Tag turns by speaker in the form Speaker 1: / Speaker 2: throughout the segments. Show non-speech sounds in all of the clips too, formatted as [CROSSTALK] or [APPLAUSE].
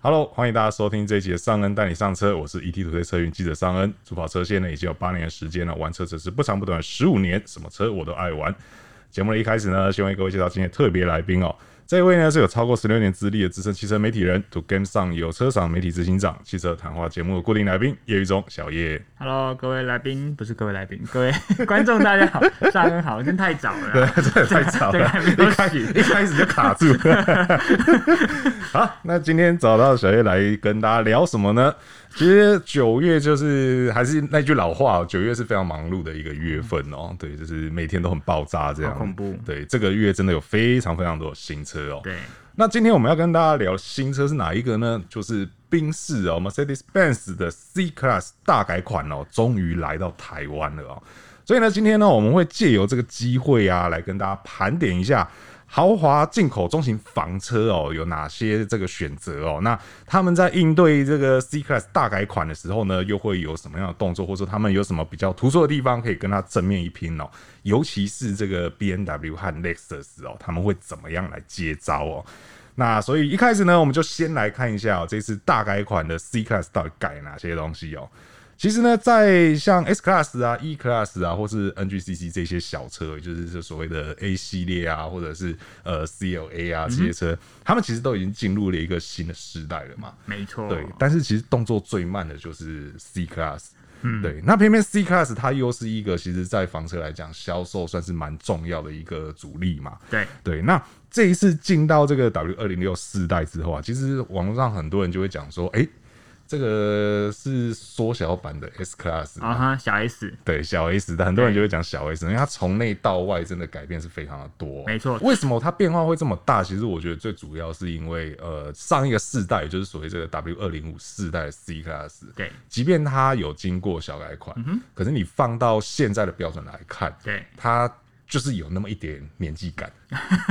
Speaker 1: Hello，欢迎大家收听这一集的尚恩带你上车，我是 ET 土车车云记者尚恩。主跑车线呢已经有八年的时间了，玩车只是不长不短十五年，什么车我都爱玩。节目的一开始呢，先为各位介绍今天的特别来宾哦。这位呢是有超过十六年资历的资深汽车媒体人，To Game 上有车赏媒体执行长，汽车谈话节目的固定来宾叶玉忠小叶。
Speaker 2: Hello，各位来宾，不是各位来宾，各位观众，大家好， [LAUGHS] 上恩好，真太早了
Speaker 1: 对
Speaker 2: 啊，，
Speaker 1: 这也太吵
Speaker 2: [LAUGHS] 这个
Speaker 1: 了
Speaker 2: 还，没
Speaker 1: 一
Speaker 2: 有
Speaker 1: 开
Speaker 2: 洗
Speaker 1: 一开始就卡住 [LAUGHS] 了。好，那今天找到小叶来跟大家聊什么呢？其实九月就是还是那句老话、哦，九月是非常忙碌的一个月份哦。对，就是每天都很爆炸这样。
Speaker 2: 好恐怖
Speaker 1: 对，这个月真的有非常非常多的新车哦。
Speaker 2: 对，
Speaker 1: 那今天我们要跟大家聊新车是哪一个呢？就是宾士哦，Mercedes-Benz 的 C Class 大改款哦，终于来到台湾了哦。所以呢，今天呢，我们会借由这个机会啊，来跟大家盘点一下豪华进口中型房车哦，有哪些这个选择哦？那他们在应对这个 C Class 大改款的时候呢，又会有什么样的动作，或者说他们有什么比较突出的地方，可以跟它正面一拼哦？尤其是这个 B N W 和 Lexus 哦，他们会怎么样来接招哦？那所以一开始呢，我们就先来看一下、哦、这次大改款的 C Class 到底改哪些东西哦。其实呢，在像 S Class 啊、E Class 啊，或是 NGCC 这些小车，就是这所谓的 A 系列啊，或者是呃 CLA 啊这些车，他们其实都已经进入了一个新的时代了嘛。
Speaker 2: 没错，
Speaker 1: 对，但是其实动作最慢的就是 C Class。嗯，对，那偏偏 C Class 它又是一个，其实在房车来讲，销售算是蛮重要的一个主力嘛。
Speaker 2: 对
Speaker 1: 对，那这一次进到这个 W 二零六四代之后啊，其实网络上很多人就会讲说，诶，这个是缩小版的 S Class，、
Speaker 2: 啊哈，小 S，
Speaker 1: 对小 S，但很多人
Speaker 2: 对
Speaker 1: 就会讲小 S，因为它从内到外真的改变是非常的多。哦
Speaker 2: 没错
Speaker 1: 为什么它变化会这么大？其实我觉得最主要是因为呃上一个世代，也就是所谓这个 W 二零五世代的 C Class，
Speaker 2: 对嗯
Speaker 1: 即便它有经过小改款，可是你放到现在的标准来看，
Speaker 2: 对
Speaker 1: 它就是有那么一点年纪
Speaker 2: [LAUGHS]
Speaker 1: 感，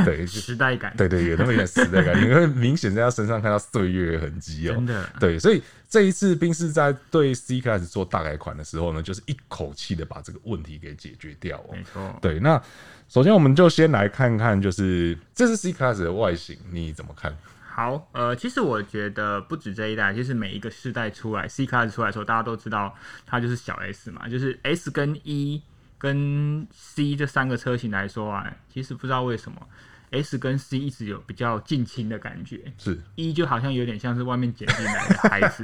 Speaker 1: 对，就
Speaker 2: 时代感，
Speaker 1: 对对，有那么一点时代感，你会明显在他身上看到岁月痕迹哦。
Speaker 2: 真的
Speaker 1: 对，所以这一次宾士在对 C class 做大改款的时候呢，就是一口气的把这个问题给解决掉哦
Speaker 2: 没。错，
Speaker 1: 对，那首先我们就先来看看，就是这是 C class 的外形，你怎么看？
Speaker 2: 好，呃，其实我觉得不止这一代，就是每一个世代出来，C class 出来的时候，大家都知道它就是小 S 嘛，就是 S 跟 E 跟 C 这三个车型来说啊，其实不知道为什么 S 跟 C 一直有比较近亲的感觉，
Speaker 1: 是
Speaker 2: 一就好像有点像是外面捡进来的孩子，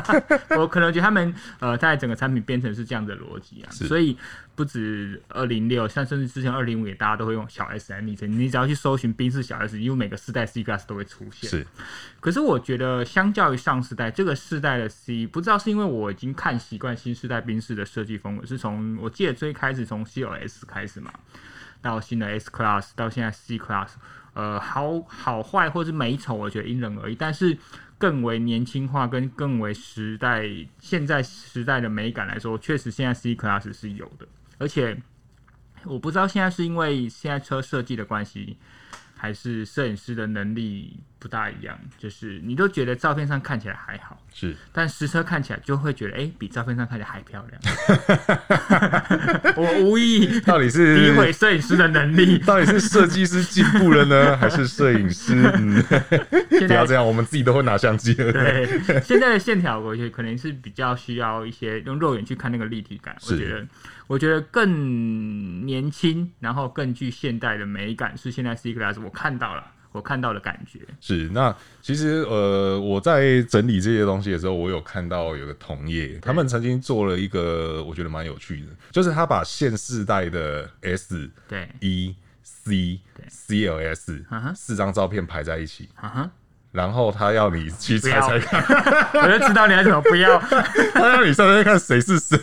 Speaker 2: [LAUGHS] 我可能觉得他们呃，在整个产品编程是这样的逻辑啊，所以不止二零六，像甚至之前二零五也大家都会用小 S 来昵称，你只要去搜寻宾士小 S，因为每个世代 C class 都会出现。
Speaker 1: 是，
Speaker 2: 可是我觉得相较于上世代，这个世代的 C，不知道是因为我已经看习惯新世代宾士的设计风格，是从我记得最开始从 CLS 开始嘛，到新的 S Class，到现在 C Class，呃，好好坏或是美丑，我觉得因人而异，但是更为年轻化跟更为时代现在时代的美感来说，确实现在 C Class 是有的，而且我不知道现在是因为现在车设计的关系，还是摄影师的能力不大一样，就是你都觉得照片上看起来还好，
Speaker 1: 是，
Speaker 2: 但实车看起来就会觉得，哎、比照片上看起来还漂亮。 [LAUGHS] 我无意
Speaker 1: 到底
Speaker 2: [LAUGHS]
Speaker 1: 是
Speaker 2: 诋毁摄影师的能力，
Speaker 1: 到底是设计师进步了呢，还是摄影师？嗯，
Speaker 2: [LAUGHS]
Speaker 1: [LAUGHS] [LAUGHS]
Speaker 2: 现
Speaker 1: 不要
Speaker 2: 在
Speaker 1: 这样，我们自己都会拿相机的。
Speaker 2: 对，现在的线条，我觉得可能是比较需要一些用肉眼去看那个立体感。我
Speaker 1: 是
Speaker 2: 觉得，我觉得更年轻，然后更具现代的美感，是现在 C class 我看到了，我看到的感觉。
Speaker 1: 是，那其实呃，我在整理这些东西的时候，我有看到有个同业，他们曾经做了一个我觉得蛮有趣的，就是他把现世代的 S
Speaker 2: 对，
Speaker 1: E C
Speaker 2: 对
Speaker 1: C L S
Speaker 2: 嗯哼
Speaker 1: 四张照片排在一起，[LAUGHS]
Speaker 2: 啊哈，
Speaker 1: 然后他要你去
Speaker 2: 不
Speaker 1: 猜
Speaker 2: 要
Speaker 1: 猜看，
Speaker 2: 我就知道你要怎么不要。
Speaker 1: 他要你猜猜看谁是谁，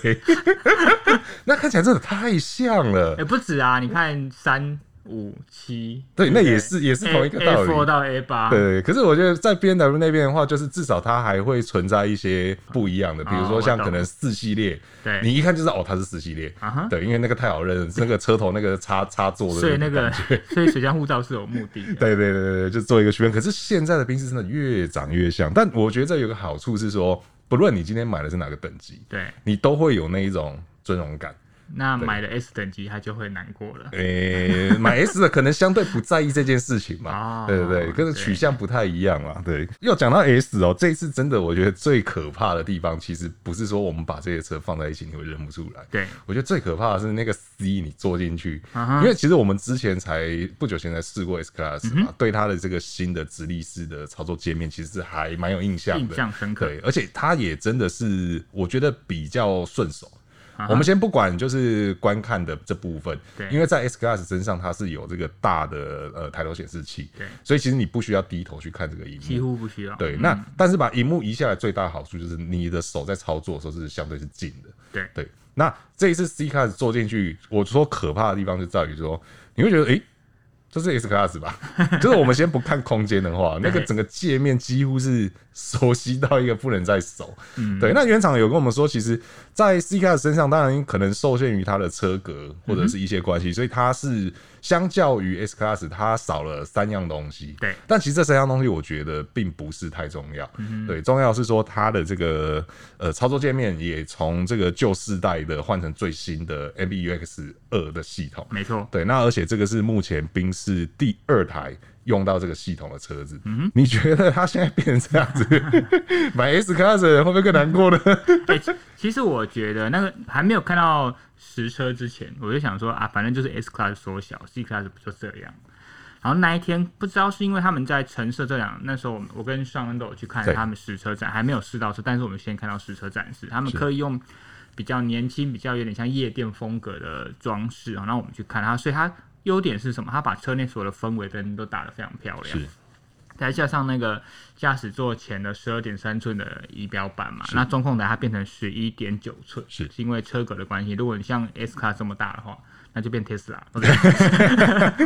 Speaker 1: [LAUGHS] 那看起来真的太像了
Speaker 2: 哎、。不止啊！你看三五七，
Speaker 1: 对，
Speaker 2: 不
Speaker 1: 那也是也是
Speaker 2: A,
Speaker 1: 同一个道
Speaker 2: 哎 A 4
Speaker 1: 理。
Speaker 2: 到 A 八，
Speaker 1: 对，可是我觉得在 B N W 那边的话，就是至少它还会存在一些不一样的，比如说像
Speaker 2: 哦我懂
Speaker 1: 可能四系列，
Speaker 2: 对
Speaker 1: 你一看就知道哦，它是四系列
Speaker 2: 啊哈，
Speaker 1: 对，因为那个太好认了，那个车头那个插插座的，
Speaker 2: 所以那个，
Speaker 1: [LAUGHS]
Speaker 2: 所以水箱护照是有目的的。
Speaker 1: 对对对对对，就做一个区分。可是现在的宾士真的越长越像，但我觉得这有个好处是说，不论你今天买的是哪个等级，
Speaker 2: 对
Speaker 1: 你都会有那一种尊荣感。
Speaker 2: 那买了 S 等级，他就会难过了。
Speaker 1: 诶、买 S 的可能相对不在意这件事情嘛，
Speaker 2: 哦
Speaker 1: 对不对？跟
Speaker 2: 对
Speaker 1: 取向不太一样啦。对，要讲到 S 哦，这一次真的我觉得最可怕的地方，其实不是说我们把这些车放在一起你会认不出来，
Speaker 2: 对，
Speaker 1: 我觉得最可怕的是那个 C 你坐进去，
Speaker 2: 啊哈嗯
Speaker 1: 因为其实我们之前才不久前才试过 S Class 嘛，对它的这个新的直立式的操作界面其实还蛮有印象的，
Speaker 2: 印象深刻
Speaker 1: 对，而且它也真的是我觉得比较顺手。
Speaker 2: 啊哈
Speaker 1: 我们先不管就是观看的这部分，
Speaker 2: 对
Speaker 1: 因为在 S Class 身上它是有这个大的呃抬头显示器，
Speaker 2: 对
Speaker 1: 所以其实你不需要低头去看这个荧幕，
Speaker 2: 几乎不嗯需要。
Speaker 1: 对，那但是把荧幕移下来，最大的好处就是你的手在操作的时候是相对是近的。
Speaker 2: 对
Speaker 1: 对，那这一次 C class 坐进去，我说可怕的地方就在于说，你会觉得诶，这是 S class 吧？ [LAUGHS] 就是我们先不看空间的话，那个整个界面几乎是熟悉到一个不能再熟。对。那原厂有跟我们说，其实，在 C class 身上，当然可能受限于它的车格或者是一些关系，所以它是相较于 S class，它少了三样东西。
Speaker 2: 对
Speaker 1: 但其实这三样东西，我觉得并不是太重要。对，重要是说它的这个呃操作界面也从这个旧世代的换成最新的 MBUX 二的系统。
Speaker 2: 没错。
Speaker 1: 对，那而且这个是目前宾士第二台用到这个系统的车子。你觉得它现在变成这样 [LAUGHS] 子，买 S Class 的人会不会更难过呢？
Speaker 2: 哎、其其实我觉得那个还没有看到实车之前，我就想说啊，反正就是 S class 缩小，C class 不就这样。然后那一天不知道是因为他们在橙色这两，那时候我们我跟上恩都有去看
Speaker 1: 对
Speaker 2: 他们实车展，还没有试到车，但是我们先看到实车展示，他们可以用比较年轻、比较有点像夜店风格的装饰，然后我们去看它，所以它优点是什么？它把车内所有的氛围灯都打得非常漂亮。再加上那个驾驶座前的十二点三寸的仪表板嘛，那中控台它变成十一点九寸，
Speaker 1: 是
Speaker 2: 因为车格的关系。如果你像 S 卡这么大的话，那就变 Tesla。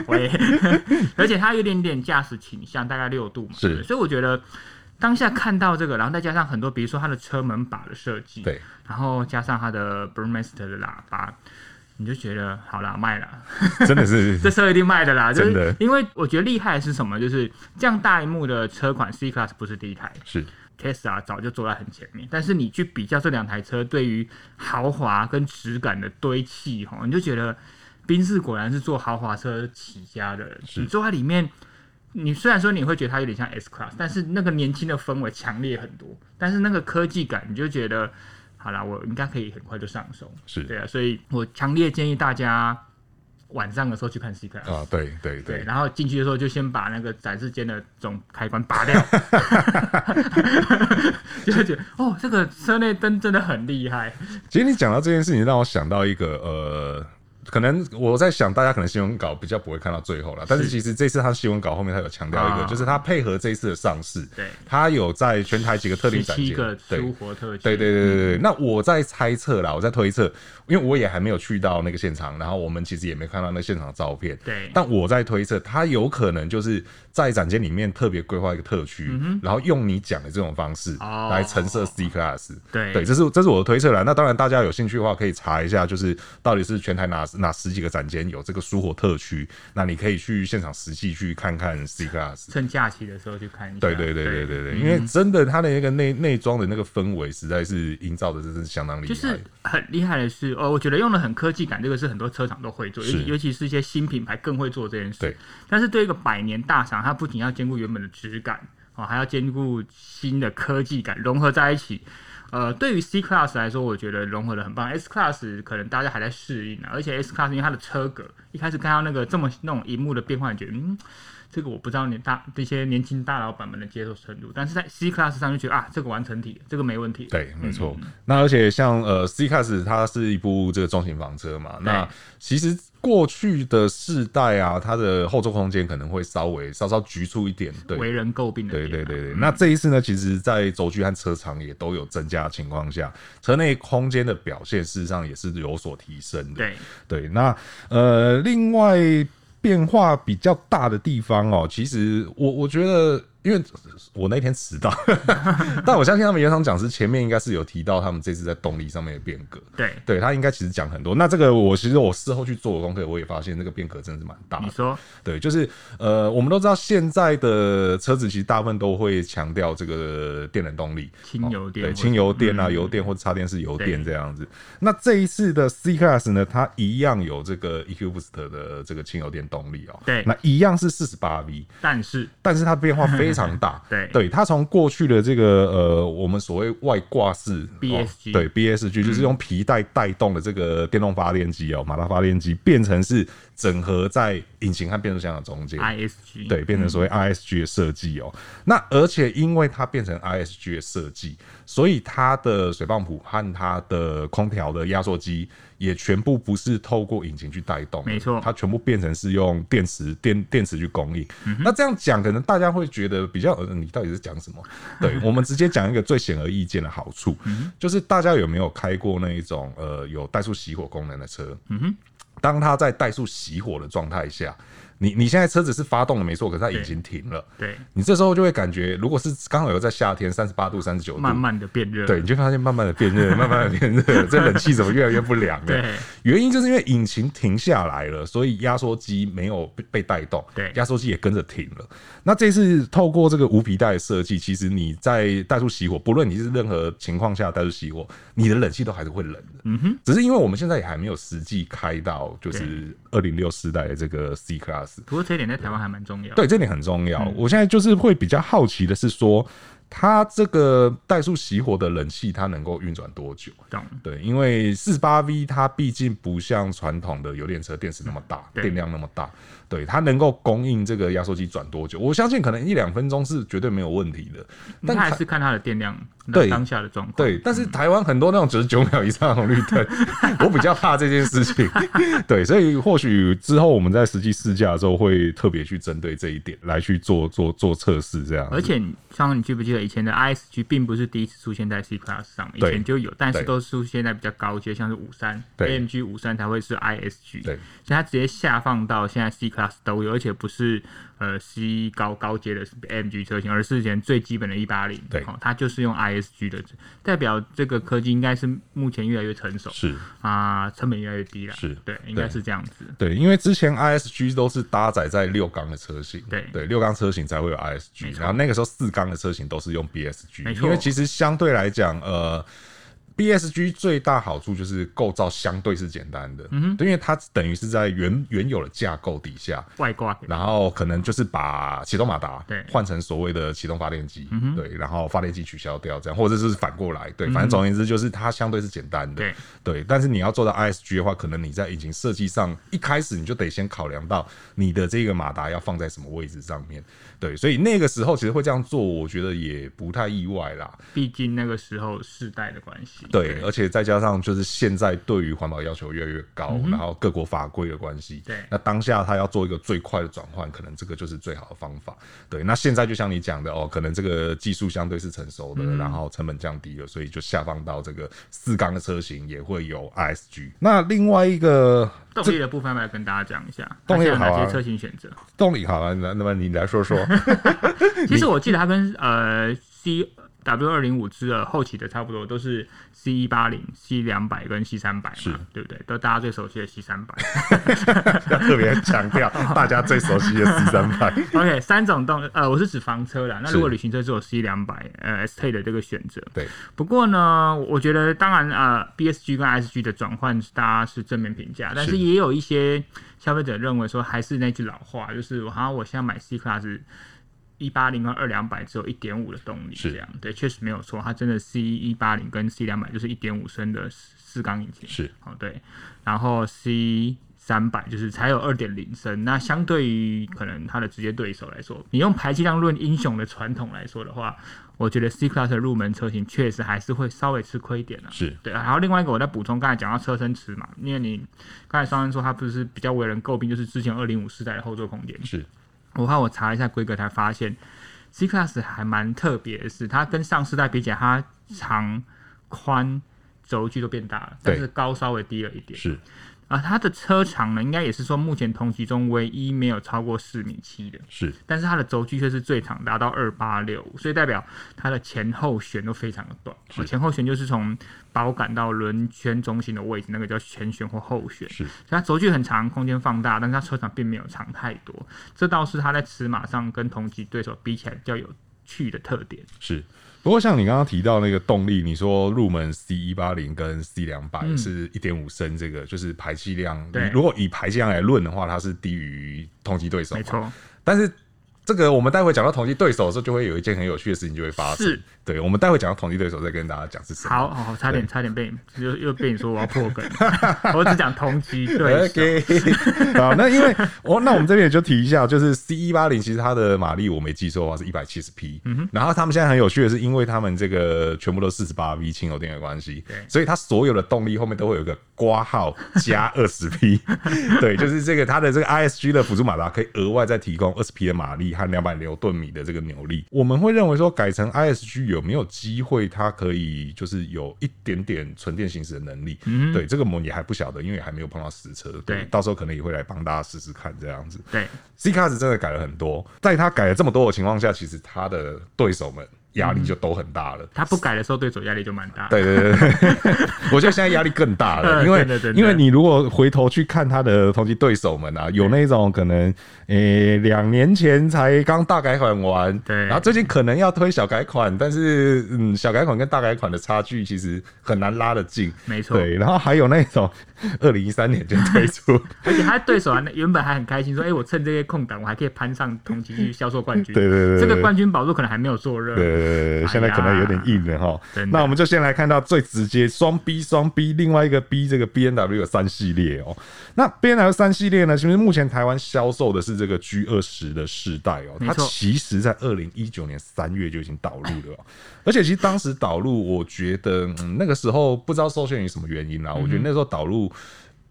Speaker 2: 喂，而且它有点点驾驶倾向，大概六度嘛，
Speaker 1: 是
Speaker 2: 所以我觉得。当下看到这个，然后再加上很多，比如说它的车门把的设计，
Speaker 1: 对，
Speaker 2: 然后加上它的 Burmester 的喇叭，你就觉得好啦，卖啦，
Speaker 1: [LAUGHS] 真的 [LAUGHS] 是
Speaker 2: 这车一定卖的啦，就
Speaker 1: 真的
Speaker 2: 是因为我觉得厉害的是什么，就是这样大一幕的车款 C Class 不是第一台
Speaker 1: 是
Speaker 2: ，Tesla 早就坐在很前面，但是你去比较这两台车对于豪华跟质感的堆砌，吼，你就觉得宾士果然是做豪华车起家的，你坐在里面。你虽然说你会觉得它有点像 S Class，但是那个年轻的氛围强烈很多，但是那个科技感你就觉得，好啦，我应该可以很快就上手。
Speaker 1: 是
Speaker 2: 对啊，所以我强烈建议大家晚上的时候去看 C Class。
Speaker 1: 啊，对对
Speaker 2: 对，
Speaker 1: 对，
Speaker 2: 然后进去的时候就先把那个展示间的总开关拔
Speaker 1: [LAUGHS]
Speaker 2: 掉，就会觉得哦，这个车内灯真的很厉害。
Speaker 1: 其实你讲到这件事情，让我想到一个呃，可能我在想，大家可能新闻稿比较不会看到最后了，但是其实这次他新闻稿后面他有强调一个，
Speaker 2: 啊
Speaker 1: 就是他配合这一次的上市，
Speaker 2: 对
Speaker 1: 他有在全台几个特定
Speaker 2: 十
Speaker 1: 展
Speaker 2: 七
Speaker 1: 间，
Speaker 2: 个
Speaker 1: 对
Speaker 2: 苏活特区，
Speaker 1: 对对对对
Speaker 2: 嗯
Speaker 1: 对，那我在猜测啦，我在推测，因为我也还没有去到那个现场，然后我们其实也没看到那个现场的照片。
Speaker 2: 对
Speaker 1: 但我在推测，它有可能就是在展间里面特别规划一个特区，然后用你讲的这种方式
Speaker 2: 嗯哦
Speaker 1: 来橙色 C class。
Speaker 2: 对
Speaker 1: 对，这是这是我的推测啦。那当然，大家有兴趣的话可以查一下，就是到底是全台哪哪十几个展间有这个苏活特区，那你可以去现场实际去看看 C class。
Speaker 2: 趁假期的时候去看一下。
Speaker 1: 对对对对对对，因为真的，它的那个内内装的那个氛围，实在是营造的真是相当厉害。
Speaker 2: 就是很厉害的是，哦，我觉得用的很科技感，这个是很多车厂都会做，尤
Speaker 1: 是
Speaker 2: 其尤其是一些新品牌更会做这件事。
Speaker 1: 对，
Speaker 2: 但是对一个百年大厂，它不仅要兼顾原本的质感，哦，还要兼顾新的科技感融合在一起。呃，对于 C Class 来说，我觉得融合的很棒。S Class 可能大家还在适应啊，而且 S Class 因为它的车格，一开始看到那个这么那种荧幕的变换，你觉得嗯，这个我不知道年大这些年轻大老板们的接受程度，但是在 C Class 上就觉得啊，这个完成体了，这个没问题了。
Speaker 1: 对，没错。那而且像呃，C Class 它是一部这个中型房车嘛，那其实过去的世代啊，它的后座空间可能会稍微稍稍局促一点，对。
Speaker 2: 为人诟病的
Speaker 1: 对
Speaker 2: 点啊
Speaker 1: 对对对，那这一次呢，其实，在轴距和车长也都有增加的情况下，车内空间的表现事实上也是有所提升的。
Speaker 2: 对，
Speaker 1: 对，那呃，另外变化比较大的地方哦，其实我我觉得。因为我那天迟到， [LAUGHS] 但我相信他们原厂讲师前面应该是有提到他们这次在动力上面的变革。
Speaker 2: 对，
Speaker 1: 对他应该其实讲很多。那这个我其实我事后去做功课，我也发现这个变革真的是蛮大
Speaker 2: 你
Speaker 1: 的。
Speaker 2: 说
Speaker 1: 对，就是呃，我们都知道现在的车子其实大部分都会强调这个电能动力，哦
Speaker 2: 轻油
Speaker 1: 对，
Speaker 2: 电或者
Speaker 1: 轻油电啊、
Speaker 2: 嗯
Speaker 1: 油电或者插电式油电这
Speaker 2: 对
Speaker 1: 样子。那这一次的 C Class 呢，它一样有这个 EQ Boost 的这个轻油电动力哦、
Speaker 2: 对
Speaker 1: 那一样是四十八 V，
Speaker 2: 但是。
Speaker 1: 但是它变化非常大
Speaker 2: 对
Speaker 1: 对，它从过去的这个呃，我们所谓外挂式
Speaker 2: BSG
Speaker 1: 哦对 BSG 就是用皮带带动的这个电动发电机哦，马达发电机变成是整合在引擎和变速箱的中间。
Speaker 2: ISG
Speaker 1: 对，变成所谓 ISG 的设计哦。那而且因为它变成 ISG 的设计，所以它的水泵浦和它的空调的压缩机也全部不是透过引擎去带动的，
Speaker 2: 没错
Speaker 1: 它全部变成是用电池电电池去供应。
Speaker 2: 嗯
Speaker 1: 那这样讲，可能大家会觉得比较，呃你到底是讲什么？对我们直接讲一个最显而易见的好处，
Speaker 2: 嗯
Speaker 1: 就是大家有没有开过那一种呃有怠速熄火功能的车？当它在怠速熄火的状态下，你你现在车子是发动了没错，可是它引擎停了，
Speaker 2: 对，
Speaker 1: 你这时候就会感觉，如果是刚好有在夏天三十八度、三十九度，
Speaker 2: 慢慢的变热，
Speaker 1: 对，你就发现慢慢的变热，慢慢的变热，这冷气怎么越来越不凉
Speaker 2: 对
Speaker 1: 了？原因就是因为引擎停下来了，所以压缩机没有被被带动，
Speaker 2: 对
Speaker 1: 压缩机也跟着停了。那这次透过这个无皮带的设计，其实你在怠速熄火，不论你是任何情况下怠速熄火，你的冷气都还是会冷的。嗯哼，只是因为我们现在也还没有实际开到就是二零六世代的这个 C Class，
Speaker 2: 不过这一点在台湾还蛮重要。
Speaker 1: 对，这点很重要。我现在就是会比较好奇的是说，它这个怠速熄火的冷气，它能够运转多久？
Speaker 2: 懂，
Speaker 1: 对，因为四十八 V 它毕竟不像传统的油电车电池那么大，
Speaker 2: 对
Speaker 1: 电量那么大，对它能够供应这个压缩机转多久？我相信可能一两分钟是绝对没有问题的。但
Speaker 2: 那还
Speaker 1: 台
Speaker 2: 是看它的电量，
Speaker 1: 对
Speaker 2: 当下的状况。
Speaker 1: 对，但是台湾很多那种九十九秒以上的红绿灯，我比较怕这件事情。对，所以或许之后我们在实际试驾的时候会特别去针对这一点来去做做做测试，这样。
Speaker 2: 而且你，像你记不记得以前的 ISG 并不是第一次出现在 C Class 上，以
Speaker 1: 对
Speaker 2: 前就有，但是
Speaker 1: 对
Speaker 2: 都是出现在比较高阶，像是五三
Speaker 1: 对
Speaker 2: AMG 五三才会是 ISG，
Speaker 1: 对
Speaker 2: 所以它直接下放到现在 C Class 都有，而且不是呃 C 高高阶的 AMG 车型，而是以前最基本的180，
Speaker 1: 对
Speaker 2: 哦，它就是用 ISG 的，代表这个科技应该是目前越来越成熟
Speaker 1: 是
Speaker 2: 啊、成本越来越低了，
Speaker 1: 是
Speaker 2: 对，应该
Speaker 1: 对
Speaker 2: 是这样子，
Speaker 1: 对，因为之前 ISG 都是搭载在六缸的车型，
Speaker 2: 对
Speaker 1: 六缸车型才会有 ISG，然后那个时候四缸的车型都是用 BSG，
Speaker 2: 没错
Speaker 1: 因为其实相对来讲，呃。BSG 最大好处就是构造相对是简单的，嗯，因为它等于是在原原有的架构底下，
Speaker 2: 外挂给
Speaker 1: 然后可能就是把启动马达
Speaker 2: 对嗯
Speaker 1: 换成所谓的启动发电机，对，然后发电机取消掉，这样或者是反过来，对，反正总而言之就是它相对是简单的
Speaker 2: 对，
Speaker 1: 对。但是你要做到 ISG 的话，可能你在引擎设计上一开始你就得先考量到你的这个马达要放在什么位置上面，对，所以那个时候其实会这样做，我觉得也不太意外啦，
Speaker 2: 毕竟那个时候世代的关系，
Speaker 1: 对，而且再加上就是现在对于环保要求越来越高，然后各国法规的关系，
Speaker 2: 对
Speaker 1: 那当下他要做一个最快的转换，可能这个就是最好的方法。对，那现在就像你讲的哦，可能这个技术相对是成熟的，然后成本降低了，所以就下放到这个四缸的车型也会有 ISG。那另外一个
Speaker 2: 动力的部分，要不要跟大家讲一下？
Speaker 1: 动力
Speaker 2: 它现在有
Speaker 1: 好
Speaker 2: 哪
Speaker 1: 啊
Speaker 2: 些车型选择？
Speaker 1: 动力好了，啊那那么你来说 [LAUGHS] 说，
Speaker 2: 其实我记得它跟呃 C W 二零五之的后期的差不多，都是 C 一八零、C 两百跟 C 三百嘛，对不对？都大家最熟悉的 C 三百。
Speaker 1: 要特别强调大家最熟悉的 C 三百。 [LAUGHS]
Speaker 2: OK，三种动呃，我是指房车啦。那如果
Speaker 1: 是
Speaker 2: 旅行车只有 C 两百呃 S T 的这个选择，
Speaker 1: 对，
Speaker 2: 不过呢，我觉得当然呃，BSG 跟 SG 的转换大家是正面评价，但是
Speaker 1: 是
Speaker 2: 也有一些消费者认为说还是那句老话，就是好像我现在买 C Class 一八零跟二两百只有一点五的动力，
Speaker 1: 是
Speaker 2: 这样对，确实没有错，它真的 C 一八零跟 C 两百就是一点五升的四四缸引擎，
Speaker 1: 是
Speaker 2: 哦对，然后 C 三百就是才有二点零升，那相对于可能它的直接对手来说，你用排气量论英雄的传统来说的话，我觉得 C Class 的入门车型确实还是会稍微吃亏一点啊。
Speaker 1: 是
Speaker 2: 对，然后另外一个我再补充，刚才讲到车身尺嘛，因为你刚才双恩说它不是比较为人诟病，就是之前二零五世代的后座空间，
Speaker 1: 是
Speaker 2: 我怕我查一下规格才发现，C Class 还蛮特别的是，它跟上世代比起来，它长、宽、轴距都变大了，
Speaker 1: 对
Speaker 2: 但是高稍微低了一点。
Speaker 1: 是
Speaker 2: 啊，它的车长呢，应该也是说目前同级中唯一没有超过四米七的，
Speaker 1: 是
Speaker 2: 但是它的轴距却是最长，达到二八六，所以代表它的前后悬都非常的短。
Speaker 1: 是
Speaker 2: 前后悬就是从保杆到轮圈中心的位置，那个叫前悬或后悬。
Speaker 1: 是
Speaker 2: 所以它轴距很长，空间放大，但是它车长并没有长太多，这倒是它在尺码上跟同级对手比起来比较有趣的特点。
Speaker 1: 是。不过像你刚刚提到那个动力，你说入门 C 一八零跟 C 两百是一点五升，这个就是排气量。你
Speaker 2: 嗯对
Speaker 1: 如果以排气量来论的话，它是低于同级对手嘛。
Speaker 2: 没错，
Speaker 1: 但是这个我们待会讲到统计对手的时候，就会有一件很有趣的事情就会发生
Speaker 2: 是。
Speaker 1: 对，我们待会讲到统计对手再跟大家讲是什么。
Speaker 2: 好，好、哦，差点差点被你又又被你说我要破梗， [LAUGHS] 我只讲同级对手。
Speaker 1: OK，好， [LAUGHS] 那因为我那我们这边也就提一下，就是 C 一八零，其实它的马力我没记错的话是一百七十匹，
Speaker 2: 嗯
Speaker 1: 然后他们现在很有趣的是，因为他们这个全部都四十八 V 轻油电的关系
Speaker 2: 对，
Speaker 1: 所以它所有的动力后面都会有一个挂号加二十匹，对，就是这个它的这个 ISG 的辅助马达可以额外再提供二十匹的马力和两百牛顿米的这个扭力。我们会认为说改成 ISG 有没有机会，它可以就是有一点点纯电行驶的能力？对，这个我们也还不晓得，因为还没有碰到实车，
Speaker 2: 嗯对
Speaker 1: 到时候可能也会来帮大家试试看这样子。
Speaker 2: 对，
Speaker 1: C 卡斯真的改了很多，在他改了这么多的情况下，其实他的对手们压
Speaker 2: 嗯
Speaker 1: 力就都很大了。
Speaker 2: 他不改的时候，对手压力就蛮大。
Speaker 1: 对对对对， [LAUGHS] 我觉得现在压力更大了，
Speaker 2: [LAUGHS] 嗯
Speaker 1: 因为
Speaker 2: 真的真的
Speaker 1: 因为你如果回头去看他的同级对手们啊，有那种可能，诶，两年前才刚大改款完，
Speaker 2: 对
Speaker 1: 然后最近可能要推小改款，但是嗯，小改款跟大改款的差距其实很难拉得近，
Speaker 2: 没错
Speaker 1: 对，然后还有那种二零一三年就推出，
Speaker 2: 而且他对手还原本还很开心，说：“哎、我趁这些空档，我还可以攀上同级去销售冠
Speaker 1: [LAUGHS]
Speaker 2: 军。”
Speaker 1: 对对对对
Speaker 2: 这个冠军宝座可能还没有坐热。哎
Speaker 1: 对，现在可能有点硬了哈
Speaker 2: 真。的
Speaker 1: 那我们就先来看到最直接双 B 双 B，另外一个 B 这个 B N W 三系列哦。那 B N W 三系列呢，其实目前台湾销售的是这个 G 二十的世代哦，
Speaker 2: 没
Speaker 1: 它
Speaker 2: 错
Speaker 1: 其实在二零一九年三月就已经导入了、哦，而且其实当时导入，我觉得、嗯、那个时候不知道受限于什么原因啦，我觉得
Speaker 2: 嗯
Speaker 1: 那时候导入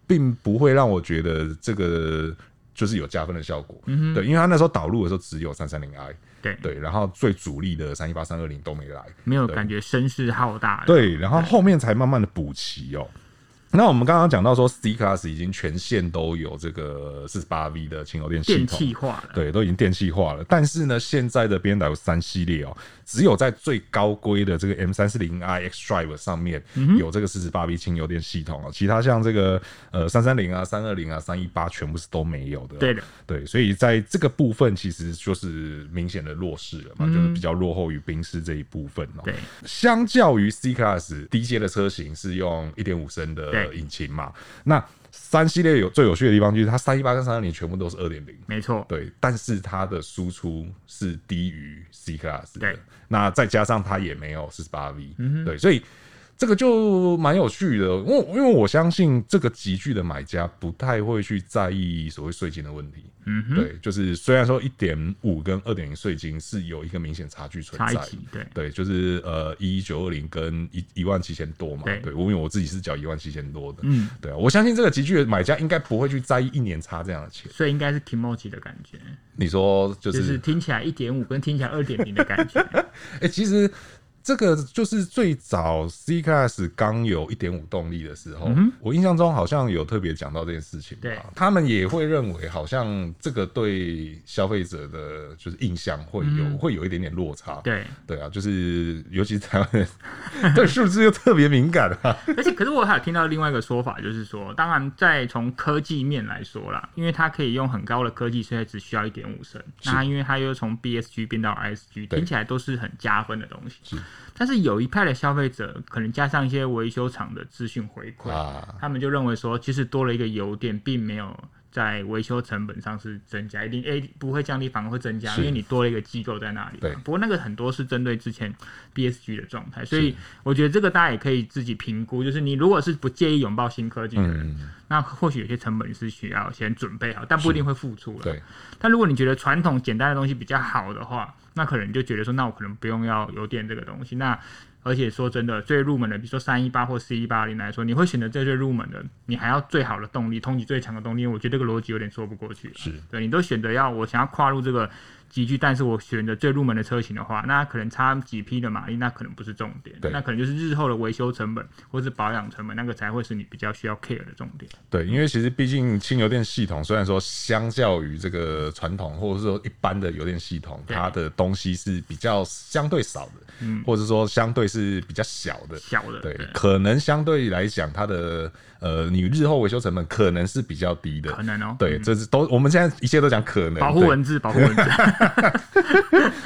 Speaker 1: 并不会让我觉得这个。就是有加分的效果，嗯、对，因为它那时候导入的时候只有三三零 i，
Speaker 2: 对
Speaker 1: 对，然后最主力的三一八、三二零都没来，
Speaker 2: 没有感觉声势浩大。，
Speaker 1: 对，然后后面才慢慢的补齐哦。那我们刚刚讲到说，C class 已经全线都有这个四十八 V 的轻油电系
Speaker 2: 电
Speaker 1: 统
Speaker 2: 气，化了。
Speaker 1: 对，都已经电气化了。但是呢，现在的 B N W 三系列哦，只有在最高规的这个 M 三四零 i X Drive 上面
Speaker 2: 嗯
Speaker 1: 有这个四十八 V 轻油电系统哦，其他像这个呃三三零啊、三二零啊、三一八全部是都没有的哦。
Speaker 2: 对的，
Speaker 1: 对，所以在这个部分其实就是明显的弱势了嘛，就是比较落后于宾士这一部分哦、
Speaker 2: 嗯对，
Speaker 1: 相较于 C Class 低阶的车型是用一点五升的
Speaker 2: 对
Speaker 1: 引擎嘛，那三系列有最有趣的地方就是它三一八跟三二零全部都是二点零。
Speaker 2: 没错。
Speaker 1: 对，但是它的输出是低于 C class 的
Speaker 2: 对，嗯
Speaker 1: 那再加上它也没有四十八 V，、对，所以这个就蛮有趣的，因为因为我相信这个集聚的买家不太会去在意所谓税金的问题，嗯对，就是虽然说一点五跟二点零税金是有一个明显差距存
Speaker 2: 差一
Speaker 1: 在，
Speaker 2: 级，对
Speaker 1: 对，就是呃一一九二零跟一一万七千多嘛，
Speaker 2: 对
Speaker 1: 对，我因为我自己是缴一万七千多的，
Speaker 2: 嗯，
Speaker 1: 对啊，我相信这个集聚的买家应该不会去在意一年差这样的钱。
Speaker 2: 所以应该是 Kimochi 的感觉，
Speaker 1: 你说就是
Speaker 2: 就是听起来一点五跟听起来二点零的
Speaker 1: [LAUGHS]
Speaker 2: 感觉。
Speaker 1: 哎、其实这个就是最早 C Class 刚有一点五动力的时候，我印象中好像有特别讲到这件事情吧。
Speaker 2: 嗯对
Speaker 1: 他们也会认为好像这个对消费者的就是印象会有、会有一点点落差。
Speaker 2: 嗯对，
Speaker 1: 对啊，就是尤其是台湾人 [LAUGHS] 对数字又特别敏感啊。
Speaker 2: 而且，可是我还有听到另外一个说法，就是说，当然，在从科技面来说啦，因为它可以用很高的科技，所以只需要一点五升。
Speaker 1: 是
Speaker 2: 那因为它又从 BSG 变到 ISG，
Speaker 1: 对
Speaker 2: 听起来都是很加分的东
Speaker 1: 是
Speaker 2: 西。但是有一派的消费者，可能加上一些维修厂的资讯回馈，
Speaker 1: 啊
Speaker 2: 他们就认为说，其实多了一个油电，并没有。在维修成本上是增加，一定诶、不会降低，反而会增加，
Speaker 1: 是
Speaker 2: 因为你多了一个机构在那里嘛。
Speaker 1: 对
Speaker 2: 不过那个很多是针对之前 BSG 的状态，所以
Speaker 1: 嗯
Speaker 2: 我觉得这个大家也可以自己评估。就是你如果是不介意拥抱新科技的人，
Speaker 1: 嗯，
Speaker 2: 那或许有些成本是需要先准备好，但不一定会付出了。
Speaker 1: 对，
Speaker 2: 但如果你觉得传统简单的东西比较好的话，那可能你就觉得说，那我可能不用要油电这个东西。那而且说真的，最入门的，比如说三一八或 C 一八零来说，你会选择最最入门的，你还要最好的动力，通缉最强的动力，我觉得这个逻辑有点说不过去了。
Speaker 1: 是
Speaker 2: 对你都选择要我想要跨入这个集聚，但是我选的最入门的车型的话，那可能差几匹的马力，那可能不是重点
Speaker 1: 对，
Speaker 2: 那可能就是日后的维修成本或是保养成本，那个才会是你比较需要 care 的重点。
Speaker 1: 对，因为其实毕竟轻油电系统虽然说相较于这个传统或者说一般的油电系统，
Speaker 2: 对
Speaker 1: 它的东西是比较相对少的，或者说相对是比较小的。
Speaker 2: 小的，
Speaker 1: 对，可能相对来讲，它的呃，你日后维修成本可能是比较低的，
Speaker 2: 可能哦
Speaker 1: 对，这是都我们现在一切都讲可能，
Speaker 2: 保护
Speaker 1: 对
Speaker 2: 文字，保护
Speaker 1: [LAUGHS]
Speaker 2: 文字，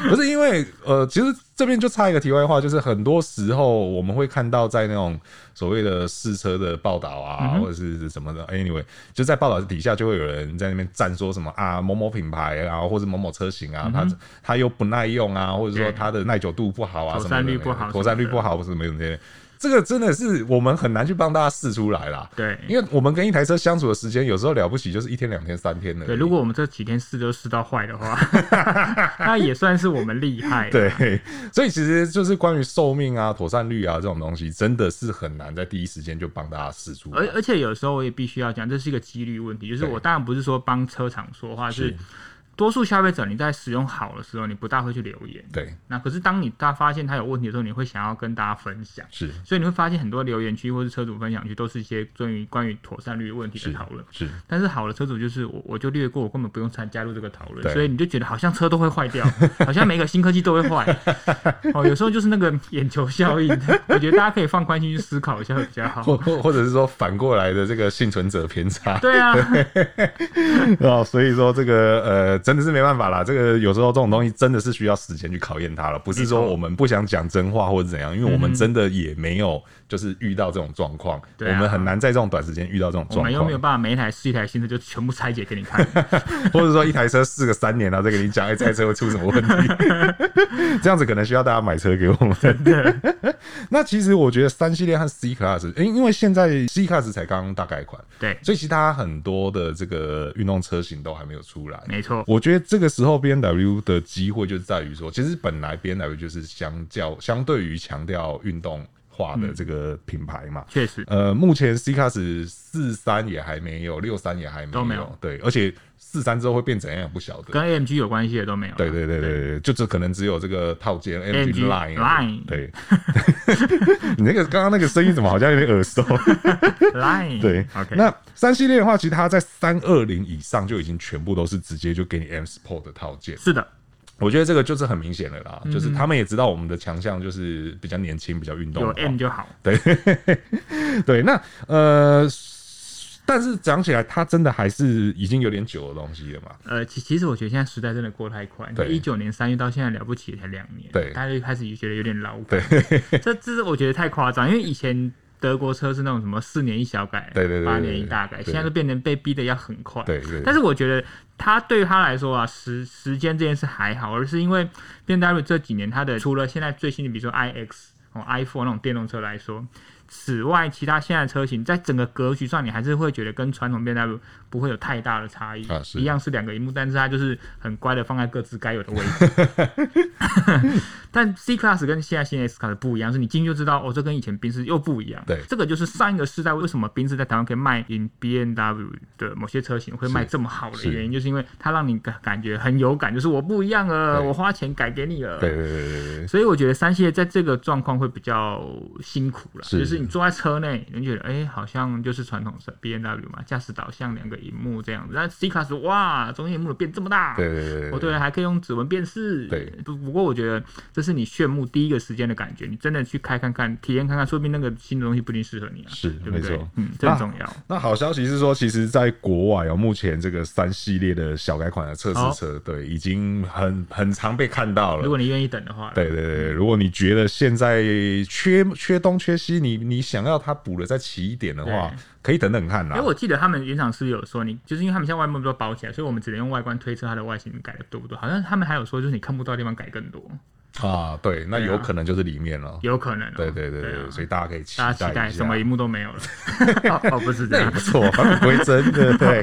Speaker 1: 不是因为呃，其实这边就插一个题外话，就是很多时候我们会看到在那种所谓的试车的报道
Speaker 2: 嗯
Speaker 1: 啊，或者是什么的，anyway，就在报道底下就会有人在那边赞说什么啊某某品牌啊，或者某某车型啊，它它又不耐用啊，或者说
Speaker 2: 嗯对
Speaker 1: 它的耐久度不好啊，
Speaker 2: 妥
Speaker 1: 什么
Speaker 2: 善
Speaker 1: 的
Speaker 2: 率
Speaker 1: 那
Speaker 2: 不
Speaker 1: 个
Speaker 2: 好
Speaker 1: 妥
Speaker 2: 什
Speaker 1: 善
Speaker 2: 么
Speaker 1: 率
Speaker 2: 的
Speaker 1: 不好，或什么什么的。这个真的是我们很难去帮大家试出来啦。
Speaker 2: 对
Speaker 1: 因为我们跟一台车相处的时间，有时候了不起就是一天、两天、三天的。
Speaker 2: 对，如果我们这几天试都试到坏
Speaker 1: [LAUGHS]
Speaker 2: 的话，那也算是我们厉害。，
Speaker 1: 对，所以其实就是关于寿命啊、妥善率啊这种东西，真的是很难在第一时间就帮大家试出来
Speaker 2: 而而且有时候我也必须要讲，这是一个几率问题。就是
Speaker 1: 对
Speaker 2: 我当然不是说帮车厂说话，是
Speaker 1: 是
Speaker 2: 多数消费者你在使用好的时候，你不大会去留言。
Speaker 1: 对，
Speaker 2: 那可是当你大发现它有问题的时候，你会想要跟大家分享。
Speaker 1: 是
Speaker 2: 所以你会发现很多留言区或是车主分享区都是一些关于关于妥善率问题的
Speaker 1: 是
Speaker 2: 讨论。
Speaker 1: 是，
Speaker 2: 但是好的车主就是我，我就略过，我根本不用参加入这个讨
Speaker 1: 对
Speaker 2: 论，所以你就觉得好像车都会坏掉， [LAUGHS] 好像每个新科技都会坏。哦，有时候就是那个眼球效应， [LAUGHS] 我觉得大家可以放宽心去思考一下会比较好。
Speaker 1: 或或或者是说反过来的这个幸存者偏差 [LAUGHS]
Speaker 2: 对啊，
Speaker 1: 哦，所以说这个呃真的是没办法啦，这个有时候这种东西真的是需要时间去考验它了，不是说我们不想讲真话或者怎样，因为我们真的也没有就是遇到这种状况，我
Speaker 2: 嗯对啊
Speaker 1: 们很难在这种短时间遇到这种
Speaker 2: 我
Speaker 1: 状
Speaker 2: 们又没有
Speaker 1: 况，
Speaker 2: 办法每一台是一台新车就全部拆解给你看。
Speaker 1: [LAUGHS] 或者说一台车试个三年，然后再跟你讲，哎，这台车会出什么问题，
Speaker 2: [LAUGHS]
Speaker 1: 这样子可能需要大家买车给我们。 [LAUGHS] 那其实我觉得三系列和 C Class，因因为现在 C Class 才刚大改款，
Speaker 2: 对，
Speaker 1: 所以其他很多的这个运动车型都还没有出来。
Speaker 2: 没错，
Speaker 1: 我觉得这个时候 B N W 的机会就在于说，其实本来 B N W 就是相较相对于强调运动化
Speaker 2: 嗯
Speaker 1: 的这个品牌嘛。[LAUGHS]
Speaker 2: 确实
Speaker 1: 呃，目前 C Class 四三也还没有，六三也还没有，
Speaker 2: 都没有
Speaker 1: 对，而且四三之后会变怎样也不晓得。
Speaker 2: 跟 AMG 有关系的都没有。
Speaker 1: 对对对对对，就这可能只有这个套件 AMG
Speaker 2: AMG
Speaker 1: Line 而已
Speaker 2: Line
Speaker 1: 对，你那个刚刚那个声音怎么好像有点耳熟？
Speaker 2: ，Line
Speaker 1: 对
Speaker 2: ，OK，
Speaker 1: 那三系列的话，其实它在三二零以上就已经全部都是直接就给你 M Sport 的套件，
Speaker 2: 是的，
Speaker 1: 我觉得这个就是很明显的啦，就是他们也知道我们的强项就是比较年轻、比较运动
Speaker 2: 有
Speaker 1: 化，
Speaker 2: M 就好。
Speaker 1: 对 [LAUGHS] 对，那呃。但是讲起来，它真的还是已经有点久的东西了嘛？
Speaker 2: 呃，其其实我觉得现在时代真的过太快，
Speaker 1: 对
Speaker 2: 一九年三月到现在了不起也才两年，
Speaker 1: 对
Speaker 2: 大家就开始觉得有点老感，这这是我觉得太夸张，因为以前。德国车是那种什么四年一小改，
Speaker 1: 对对对对
Speaker 2: 八年一大改，
Speaker 1: 对
Speaker 2: 现在都变成被逼的要很快。
Speaker 1: 对对
Speaker 2: 但是我觉得他对他来说啊，时时间这件事还好，而是因为 B M W 这几年它的除了现在最新的，比如说 i X 哦 i Four 那种电动车来说，此外，其他现在的车型在整个格局上，你还是会觉得跟传统 B M W 不会有太大的差异，
Speaker 1: 啊是
Speaker 2: 一样是两个荧幕，但是它就是很乖的放在各自该有的位置。但 C Class 跟现在新 S Class 不一样，是你进去就知道哦，这跟以前宾士又不一样。
Speaker 1: 对
Speaker 2: 这个就是上一个世代为什么宾士在台湾可以卖赢 B N W 的某些车型会卖这么好的
Speaker 1: 是
Speaker 2: 原因，就是因为它让你感感觉很有感，就是我不一样了，
Speaker 1: 对
Speaker 2: 我花钱改给你了。
Speaker 1: 对对对对对，
Speaker 2: 所以我觉得三系列在这个状况会比较辛苦了，
Speaker 1: 是
Speaker 2: 就是你坐在车内，你就觉得哎、诶好像就是传统车 B N W 嘛，驾驶导向两个荧幕这样子。那 C Class 哇，中间荧幕变这么大，
Speaker 1: 对对对对啊
Speaker 2: 哦对，还可以用指纹辨识。
Speaker 1: 对
Speaker 2: 不不过我觉得这是你炫目第一个时间的感觉，你真的去开看看，体验看看，说不定那个新的东西不一定适合你啊，
Speaker 1: 是
Speaker 2: 对不
Speaker 1: 没
Speaker 2: 对
Speaker 1: 错？
Speaker 2: 嗯，这
Speaker 1: 啊
Speaker 2: 很重要。
Speaker 1: 那好消息是说，其实在国外哦，目前这个三系列的小改款的测试
Speaker 2: 好
Speaker 1: 车，对，已经很很常被看到
Speaker 2: 如
Speaker 1: 了。
Speaker 2: 果你愿意等的话，
Speaker 1: 对对对，如果你觉得现在缺缺东缺西，你你想要它补的再齐一点的话
Speaker 2: 对，
Speaker 1: 可以等等看啦
Speaker 2: 哎、。我记得他们原厂是不是有说你，就是因为他们现在外面都包起来，所以我们只能用外观推测它的外形改的多不多。好像他们还有说，就是你看不到的地方改更多。
Speaker 1: 啊，对，那
Speaker 2: 对啊
Speaker 1: 有可能就是里面了。
Speaker 2: 有可能哦、
Speaker 1: 对对对
Speaker 2: 对
Speaker 1: 对，
Speaker 2: 啊
Speaker 1: 所以大家可以期
Speaker 2: 大
Speaker 1: 待
Speaker 2: 家期
Speaker 1: 一下
Speaker 2: 待什么一幕都
Speaker 1: [LAUGHS]
Speaker 2: 没有了，哦哦，不是这
Speaker 1: 那也
Speaker 2: 样
Speaker 1: [LAUGHS] 不错，返璞归真，对不
Speaker 2: [LAUGHS]
Speaker 1: 对？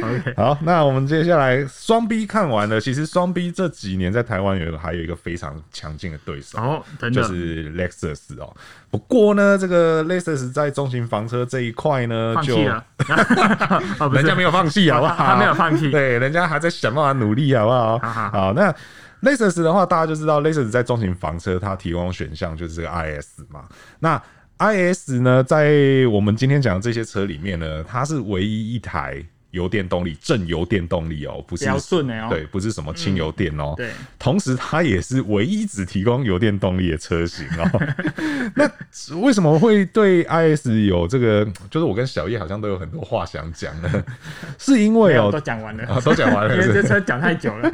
Speaker 2: ，OK，
Speaker 1: 好，那我们接下来双 B 看完了，其实双 B 这几年在台湾有一个还有一个非常强劲的对手。
Speaker 2: 哦，真的，
Speaker 1: 就是 Lexus 哦，不过呢，这个 Lexus 在中型房车这一块呢，
Speaker 2: 放
Speaker 1: 就 [LAUGHS]
Speaker 2: 弃了， [LAUGHS] 哦，不是
Speaker 1: 人家没有放弃，好不好？
Speaker 2: [LAUGHS] 他他没有放弃
Speaker 1: 对，人家还在想办法努力，好不
Speaker 2: [LAUGHS]
Speaker 1: 好？
Speaker 2: 好好
Speaker 1: 好，那 Lexus 的话，大家就知道 Lexus 在中型房车它提供选项就是这个 IS 嘛。那 IS 呢，在我们今天讲的这些车里面呢，它是唯一一台油电动力正油电动力哦，不
Speaker 2: 比
Speaker 1: 是
Speaker 2: 较顺哎哦，嗯
Speaker 1: 对，不是什么轻油电哦、
Speaker 2: 对，
Speaker 1: 同时它也是唯一只提供油电动力的车型哦。 [LAUGHS] 那为什么会对 IS 有这个？就是我跟小叶好像都有很多话想讲呢， [LAUGHS] 是因
Speaker 2: 没
Speaker 1: 为
Speaker 2: 有
Speaker 1: 哦、
Speaker 2: 都讲完了，
Speaker 1: 啊都讲完了
Speaker 2: [LAUGHS] 因为
Speaker 1: 是不
Speaker 2: 这
Speaker 1: 是
Speaker 2: 车讲太久
Speaker 1: [LAUGHS]
Speaker 2: 了，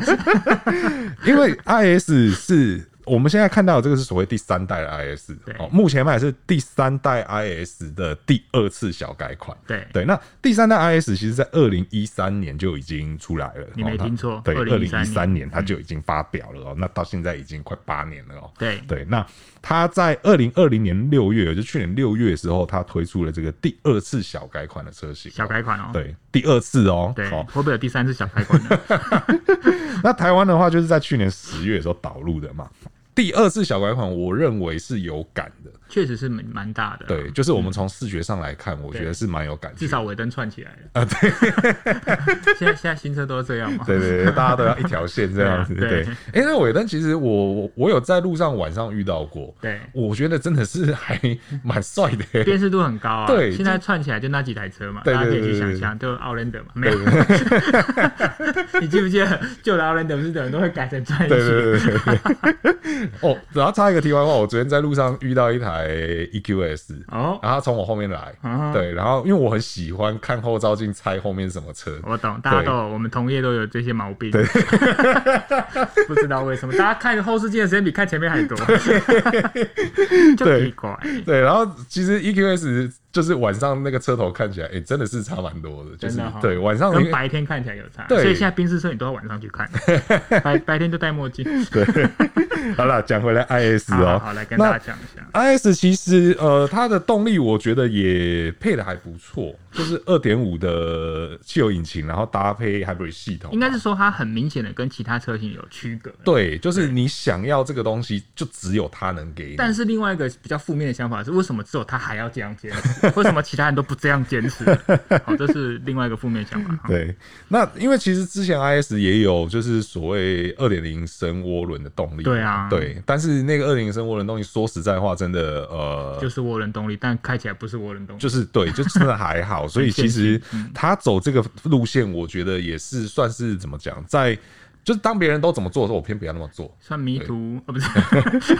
Speaker 1: 因为 IS 是我们现在看到的这个是所谓第三代的 IS，
Speaker 2: 对
Speaker 1: 哦，目前卖的是第三代 IS 的第二次小改款。
Speaker 2: 对
Speaker 1: 对，那第三代 IS 其实在二零一三年就已经出来了，
Speaker 2: 你没
Speaker 1: 哦它
Speaker 2: 听错
Speaker 1: 对，二零一
Speaker 2: 2013
Speaker 1: 三年它就已经发表了哦，那到现在已经快八年了哦。
Speaker 2: 对
Speaker 1: 对，那它在二零二零年六月，也就是去年六月的时候，它推出了这个第二次小改款的车型哦，
Speaker 2: 小改款哦，
Speaker 1: 对第二次哦，
Speaker 2: 对，
Speaker 1: 哦
Speaker 2: 会不会有第三次小改
Speaker 1: [LAUGHS]
Speaker 2: 款呢？
Speaker 1: 那台湾的话，就是在去年十月的时候导入的嘛。第二次小改款，我认为是有感的，
Speaker 2: 确实是蛮蛮大的，
Speaker 1: 对，，就是我们从视觉上来看，我觉得是蛮有感觉
Speaker 2: 至
Speaker 1: 的。
Speaker 2: 少尾灯串起来了啊，对， [LAUGHS] 现在现在新车都这样嘛，
Speaker 1: 对对对，大家都要一条线这样子。
Speaker 2: [LAUGHS] 对啊对
Speaker 1: 对，哎，那尾灯其实我我我有在路上晚上遇到过，
Speaker 2: 对
Speaker 1: 我觉得真的是还蛮帅的。
Speaker 2: 辨识度很高啊，
Speaker 1: 对
Speaker 2: 现在串起来就那几台车嘛，
Speaker 1: 对
Speaker 2: 大家可以
Speaker 1: 对
Speaker 2: 去
Speaker 1: 对
Speaker 2: 想
Speaker 1: 对
Speaker 2: 象，就奥兰德嘛，没
Speaker 1: [LAUGHS]
Speaker 2: 有，[LAUGHS] 你记不记得旧的奥兰德不是很多会改成转一
Speaker 1: 对对
Speaker 2: 起？
Speaker 1: 对对对。 [LAUGHS] 哦，然后插一个题外话，我昨天在路上遇到一台 EQS，
Speaker 2: 哦，
Speaker 1: 然后他从我后面来，
Speaker 2: 啊
Speaker 1: 对，然后因为我很喜欢看后照镜猜后面是什么车，
Speaker 2: 我懂，大家都有，我们同业都有这些毛病， [LAUGHS] 不知道为什么，大家看后视镜的时间比看前面还
Speaker 1: [LAUGHS]
Speaker 2: 多，就
Speaker 1: 对
Speaker 2: 奇怪。
Speaker 1: 对，然后其实 EQS 就是晚上那个车头看起来，哎、真的是差蛮多的，就是
Speaker 2: 真的哈
Speaker 1: 对晚上
Speaker 2: 跟
Speaker 1: 你
Speaker 2: 白天看起来有差，
Speaker 1: 对
Speaker 2: 所以现在宾士车你都要晚上去
Speaker 1: [LAUGHS]
Speaker 2: 看，白白天就戴墨镜。
Speaker 1: 好了，讲回来 IS
Speaker 2: 好
Speaker 1: 哦，
Speaker 2: 好好，来跟大家讲一下。
Speaker 1: 那 IS 其实呃，它的动力我觉得也配的还不错，就是二点五的汽油引擎，然后搭配 Hybrid 系统，
Speaker 2: 应该是说它很明显的跟其他车型有区隔，
Speaker 1: 对，就是你想要这个东西，就只有它能给你。
Speaker 2: 但是另外一个比较负面的想法是，为什么只有他还要这样坚持？为什么其他人都不这样坚
Speaker 1: [LAUGHS]
Speaker 2: 持？好，这是另外一个负面想法。哈，
Speaker 1: 对，那因为其实之前 IS 也有就是所谓二点零升涡轮的动力，
Speaker 2: 对啊
Speaker 1: 对，但是那个二点零升涡轮动力，说实在话，真的呃，
Speaker 2: 就是涡轮动力，但开起来不是涡轮动力，
Speaker 1: 就是
Speaker 2: [LAUGHS]
Speaker 1: 对，就真的还好。所以其实
Speaker 2: 嗯
Speaker 1: 他走这个路线，我觉得也是算是怎么讲，在就是当别人都怎么做的时候，我偏不要那么做。
Speaker 2: 算迷途哦，
Speaker 1: [LAUGHS]
Speaker 2: 不是，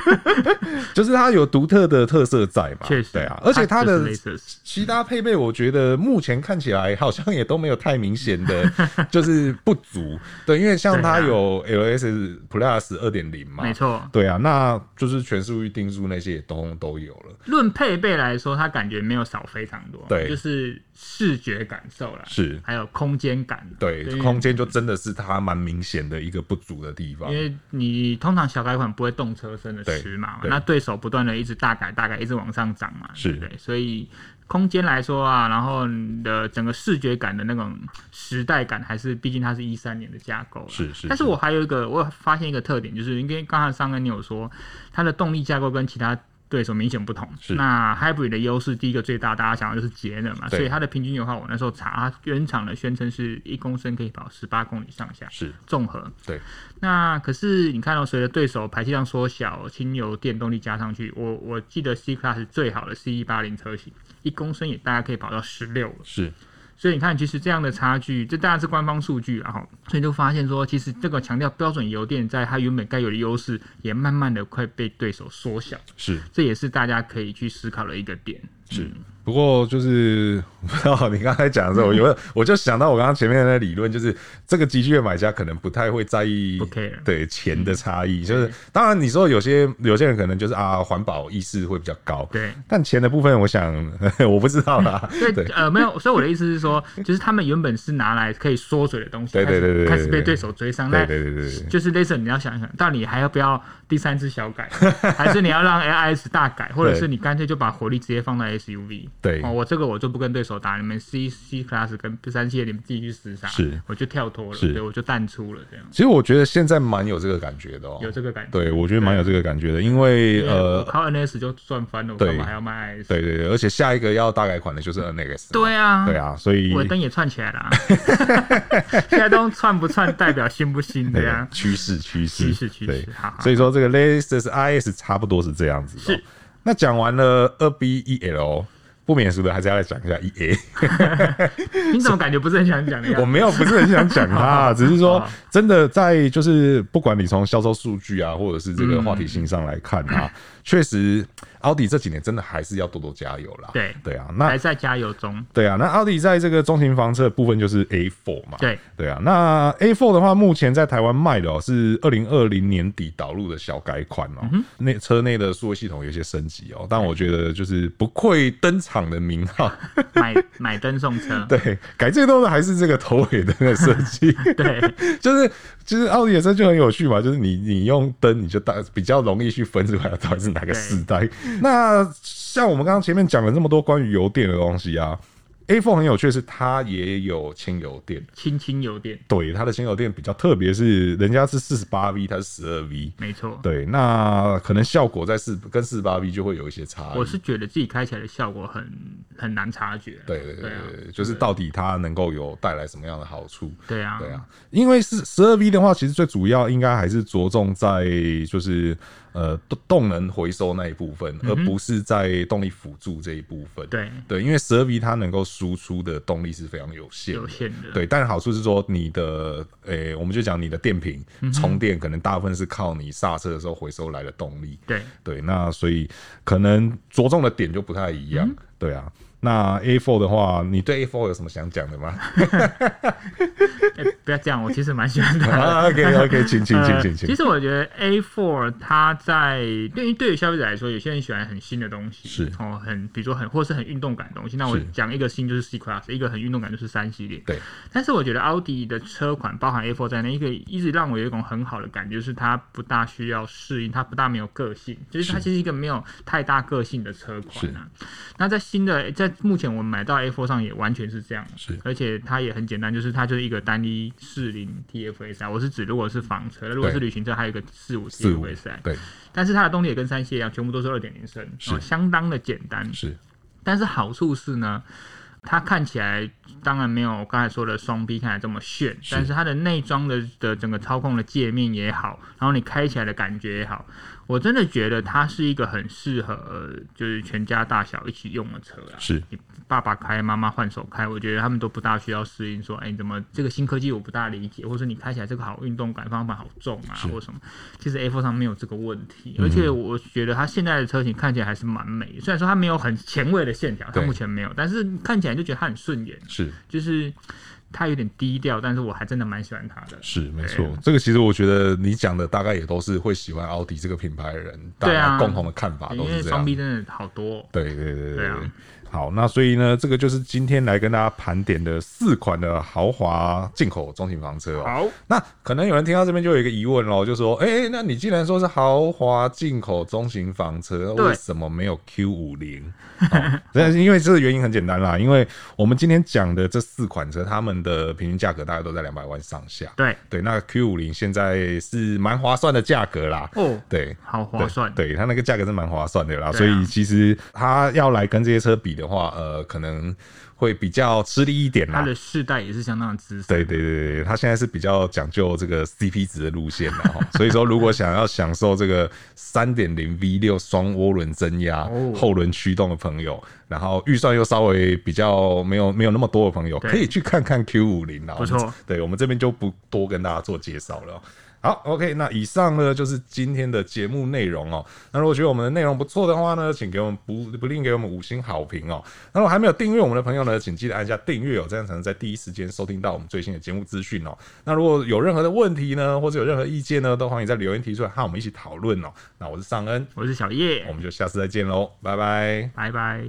Speaker 1: 就是它有独特的特色在嘛，
Speaker 2: 确实
Speaker 1: 对啊，而且它
Speaker 2: 它就是
Speaker 1: 的
Speaker 2: Lexus
Speaker 1: 其他配备，我觉得目前看起来好像也都没有太明显的，
Speaker 2: [LAUGHS]
Speaker 1: 就是不足。对，因为像它
Speaker 2: 对啊
Speaker 1: 有 LS Plus 二点零嘛，
Speaker 2: 没。错。
Speaker 1: 对啊，那就是全速域定速那些也都都有了。
Speaker 2: 论配备来说，它感觉没有少非常多，
Speaker 1: 对
Speaker 2: 就是视觉感受啦，
Speaker 1: 是
Speaker 2: 还有空间感，
Speaker 1: 对，空间就真的是它蛮明显的一个不足的地方
Speaker 2: 因。为你通常小改款不会动车身的尺码嘛，
Speaker 1: 对对
Speaker 2: 那对手不断的一直大改大改，一直往上涨嘛，
Speaker 1: 是
Speaker 2: 对不对，所以空间来说啊，然后你的整个视觉感的那种时代感，还是毕竟它是一三年的架构啦
Speaker 1: 是是是
Speaker 2: 但是我还有一个，我有发现一个特点，就是因为刚才上恩你有说，它的动力架构跟其他。对手明显不同。
Speaker 1: 是
Speaker 2: 那 Hybrid 的优势，第一个最大，大家想到就是节能嘛，
Speaker 1: 对
Speaker 2: 所以它的平均油耗，我那时候查，它原厂的宣称是一公升可以跑十八公里上下，
Speaker 1: 是
Speaker 2: 综合。
Speaker 1: 对，
Speaker 2: 那可是你看到、随着对手排气量缩小，轻油电动力加上去，我我记得 C Class 最好的 C 一八零车型，一公升也大概可以跑到十六了。
Speaker 1: 是
Speaker 2: 所以你看，其实这样的差距，这当然是官方数据啊，然后所以就发现说，其实这个强调标准油电在它原本该有的优势，也慢慢的快被对手缩小，
Speaker 1: 是
Speaker 2: 这也是大家可以去思考的一个点。
Speaker 1: 是。嗯不过就是 [LAUGHS] 我不知道你刚才讲
Speaker 2: [LAUGHS]
Speaker 1: 的时候，我有我就想到我刚刚前面的理论，就是这个集聚的买家可能不太会在意
Speaker 2: 不 care 嗯
Speaker 1: 对钱的差异，就是当然你说有些有些人可能就是啊环保意识会比较高，
Speaker 2: 对
Speaker 1: 但钱的部分我想 [LAUGHS] 我不知道啦，
Speaker 2: [LAUGHS] 对，呃，没有，所以我的意思是说，就是他们原本是拿来可以缩水的东西，
Speaker 1: 对对对对对
Speaker 2: 开始开始被对手追上，
Speaker 1: 对
Speaker 2: 那
Speaker 1: 对对对对
Speaker 2: 就是类似你要想一想，到底还要不要第三次小改， [LAUGHS] 还是你要让 AIS 大改，或者
Speaker 1: 对
Speaker 2: 是你干脆就把火力直接放到 SUV？
Speaker 1: 对
Speaker 2: 哦，我这个我就不跟对手打，你们 C C Class 跟三系列你们继续厮杀，
Speaker 1: 是
Speaker 2: 我就跳脱了，
Speaker 1: 是
Speaker 2: 对，我就淡出了，这样
Speaker 1: 其实我觉得现在蛮有这个感觉的哦、
Speaker 2: 有这个感觉。
Speaker 1: 对我觉得蛮有这个感觉的，因为
Speaker 2: 呃，
Speaker 1: 呃，
Speaker 2: 靠 NS 就赚翻了，我
Speaker 1: 对
Speaker 2: 干嘛还要卖 IS？
Speaker 1: 对对对，而且下一个要大改款的就是 NX，
Speaker 2: 对啊，
Speaker 1: 对啊，所以
Speaker 2: 我的灯也串起来
Speaker 1: [LAUGHS]
Speaker 2: 了、啊，现在都串不串代表新不新
Speaker 1: 对
Speaker 2: 的呀、
Speaker 1: 趋势趋势
Speaker 2: 啊趋势趋势
Speaker 1: 对
Speaker 2: 好好
Speaker 1: 所以说这个 Lexus IS 差不多是这样子、哦。
Speaker 2: 是，
Speaker 1: 那讲完了二 B 一 L，不免俗的还是要来讲一下一
Speaker 2: [LAUGHS]
Speaker 1: A。
Speaker 2: 你怎么感觉不是很想讲的
Speaker 1: [LAUGHS] 我
Speaker 2: 样子？
Speaker 1: 没有不是很想讲它，只是说
Speaker 2: [LAUGHS] 好
Speaker 1: 真的在就是不管你从销售数据啊，或者是这个话题性上来看啊，
Speaker 2: 嗯
Speaker 1: [CLEARS THROAT] 确、实奥迪这几年真的还是要多多加油啦。
Speaker 2: 对
Speaker 1: 对啊，
Speaker 2: 还
Speaker 1: 那
Speaker 2: 在加油中，
Speaker 1: 对啊，那奥迪在这个中型房车的部分就是 A4 嘛。
Speaker 2: 对
Speaker 1: 对啊，那 A4 的话，目前在台湾卖的哦、是二零二零年底导入的小改款哦、那、车内的数位系统有一些升级哦、但我觉得就是不愧登场的名号， [LAUGHS]
Speaker 2: 买买灯送车，
Speaker 1: 对，改最多的还是这个头尾灯的设计， [LAUGHS]
Speaker 2: 对 [LAUGHS]
Speaker 1: 就是就是奥迪的车就很有趣嘛，就是你你用灯你就大比较容易去分出来到底是哪个世代。那像我们刚刚前面讲了这么多关于油电的东西啊，A4 很有趣的是它也有轻油电。
Speaker 2: 轻轻有点，
Speaker 1: 对，它的轻油电比较特别，是人家是四十八 V，它是十二 V。
Speaker 2: 没错。
Speaker 1: 对，那可能效果在四跟四十八 V 就会有一些差异。
Speaker 2: 我是觉得自己开起来的效果很很难察觉，
Speaker 1: 对对对
Speaker 2: 对啊
Speaker 1: 对，就是到底它能够有带来什么样的好处？
Speaker 2: 对啊，
Speaker 1: 对啊，因为是十二 V 的话，其实最主要应该还是着重在就是呃动动能回收那一部分，而不是在动力辅助这一部分。
Speaker 2: 嗯对
Speaker 1: 对，因为十二 V 它能够输出的动力是非常有限的，
Speaker 2: 有限的，
Speaker 1: 对，但好处是说你的，诶、我们就讲你的电瓶、
Speaker 2: 嗯
Speaker 1: 充电，可能大部分是靠你刹车的时候回收来的动力。
Speaker 2: 对
Speaker 1: 对，那所以可能着重的点就不太一样。
Speaker 2: 嗯
Speaker 1: 对啊，那 A4 的话，你对 A4 有什么想讲的吗 [LAUGHS]
Speaker 2: 哎不要这样，我其实蛮喜欢它的。
Speaker 1: ？OK OK，请啊请请
Speaker 2: 呃
Speaker 1: 请
Speaker 2: 其
Speaker 1: 请。
Speaker 2: 实我觉得 A4 它在对于对于消费者来说，有些人喜欢很新的东西，
Speaker 1: 是
Speaker 2: 哦，很比如说很或是很运动感的东西。那我
Speaker 1: 是
Speaker 2: 讲一个新就是 C Class，一个很运动感就是三系列。
Speaker 1: 对，
Speaker 2: 但是我觉得奥迪的车款包含 A4 在内，一个一直让我有一种很好的感觉，就是它不大需要适应，它不大没有个性，就是它
Speaker 1: 是
Speaker 2: 其实一个没有太大个性的车款啊。那在新的在目前我们买到 A4 上也完全是这样，
Speaker 1: 是
Speaker 2: 而且它也很简单，就是它就是一个单一四零 TFSI。我是指如果是房车，如果是
Speaker 1: 对
Speaker 2: 旅行车，还有一个四五
Speaker 1: 四五
Speaker 2: TFSI。
Speaker 1: 对
Speaker 2: 但是它的动力也跟三系一样，全部都是二点零升，
Speaker 1: 是
Speaker 2: 哦，相当的简单。
Speaker 1: 是
Speaker 2: 但是好处是呢，它看起来当然没有我刚才说的双 B 看起来这么炫，
Speaker 1: 是
Speaker 2: 但是它的内装的的整个操控的界面也好，然后你开起来的感觉也好，我真的觉得它是一个很适合呃就是全家大小一起用的车啊啦。
Speaker 1: 是
Speaker 2: 你爸爸开，妈妈换手开，我觉得他们都不大需要适应说，哎、你怎么这个新科技我不大理解，或者你开起来这个好运动感，方法好重啊，
Speaker 1: 是嗯
Speaker 2: 或什么。其实 F 上没有这个问题，而且我觉得它现在的车型看起来还是蛮美的，虽然说它没有很前卫的线条，它
Speaker 1: 对
Speaker 2: 目前没有，但是看起来就觉得它很顺眼，
Speaker 1: 是
Speaker 2: 就是它有点低调，但是我还真的蛮喜欢它的。
Speaker 1: 是，没错。
Speaker 2: 啊
Speaker 1: 这个其实我觉得你讲的大概也都是会喜欢奥迪这个品牌的人，大
Speaker 2: 对啊
Speaker 1: 家共同的看法
Speaker 2: 对
Speaker 1: 都
Speaker 2: 因为
Speaker 1: 是这样
Speaker 2: 双。B 真的好多、哦，
Speaker 1: 对对对对
Speaker 2: 对啊
Speaker 1: 好，那所以呢，这个就是今天来跟大家盘点的四款的豪华进口中型房车哦。
Speaker 2: 好，
Speaker 1: 那可能有人听到这边就有一个疑问喽，就说：“哎、那你既然说是豪华进口中型房车，
Speaker 2: 对
Speaker 1: 为什么没有 Q 五零？” [LAUGHS] 哦但是因为这个原因很简单啦，因为我们今天讲的这四款车，它们的平均价格大概都在两百万上下。
Speaker 2: 对，
Speaker 1: 对，那 Q 五零现在是蛮划算的价格啦。
Speaker 2: 哦，
Speaker 1: 对，
Speaker 2: 好
Speaker 1: 对
Speaker 2: 划算，
Speaker 1: 对它那个价格是蛮划算的啦，
Speaker 2: 对啊
Speaker 1: 所以其实它要来跟这些车比的话，呃，可能会比较吃力一点
Speaker 2: 它
Speaker 1: 啦
Speaker 2: 的。世代也是相当的资深，
Speaker 1: 对对对对，它现在是比较讲究这个 CP 值的路线啦，哈所以说如果想要享受这个三点零 V 六双涡轮增压、
Speaker 2: 哦
Speaker 1: 后轮驱动的朋友，然后预算又稍微比较没有没有那么多的朋友，
Speaker 2: 对
Speaker 1: 可以去看看 Q 五零啦。 [LAUGHS]
Speaker 2: 不错
Speaker 1: 我们对我们这边就不多跟大家做介绍了哦。好，OK，那以上呢就是今天的节目内容哦。那如果觉得我们的内容不错的话呢，请给我们不不吝给我们五星好评哦。那如果还没有订阅我们的朋友呢，请记得按下订阅哦，这样才能在第一时间收听到我们最新的节目资讯哦。那如果有任何的问题呢，或者有任何意见呢，都欢迎在留言提出来，和我们一起讨论哦。那我是尚恩，
Speaker 2: 我是小叶
Speaker 1: 我，们就下次再见喽，拜拜。
Speaker 2: 拜拜。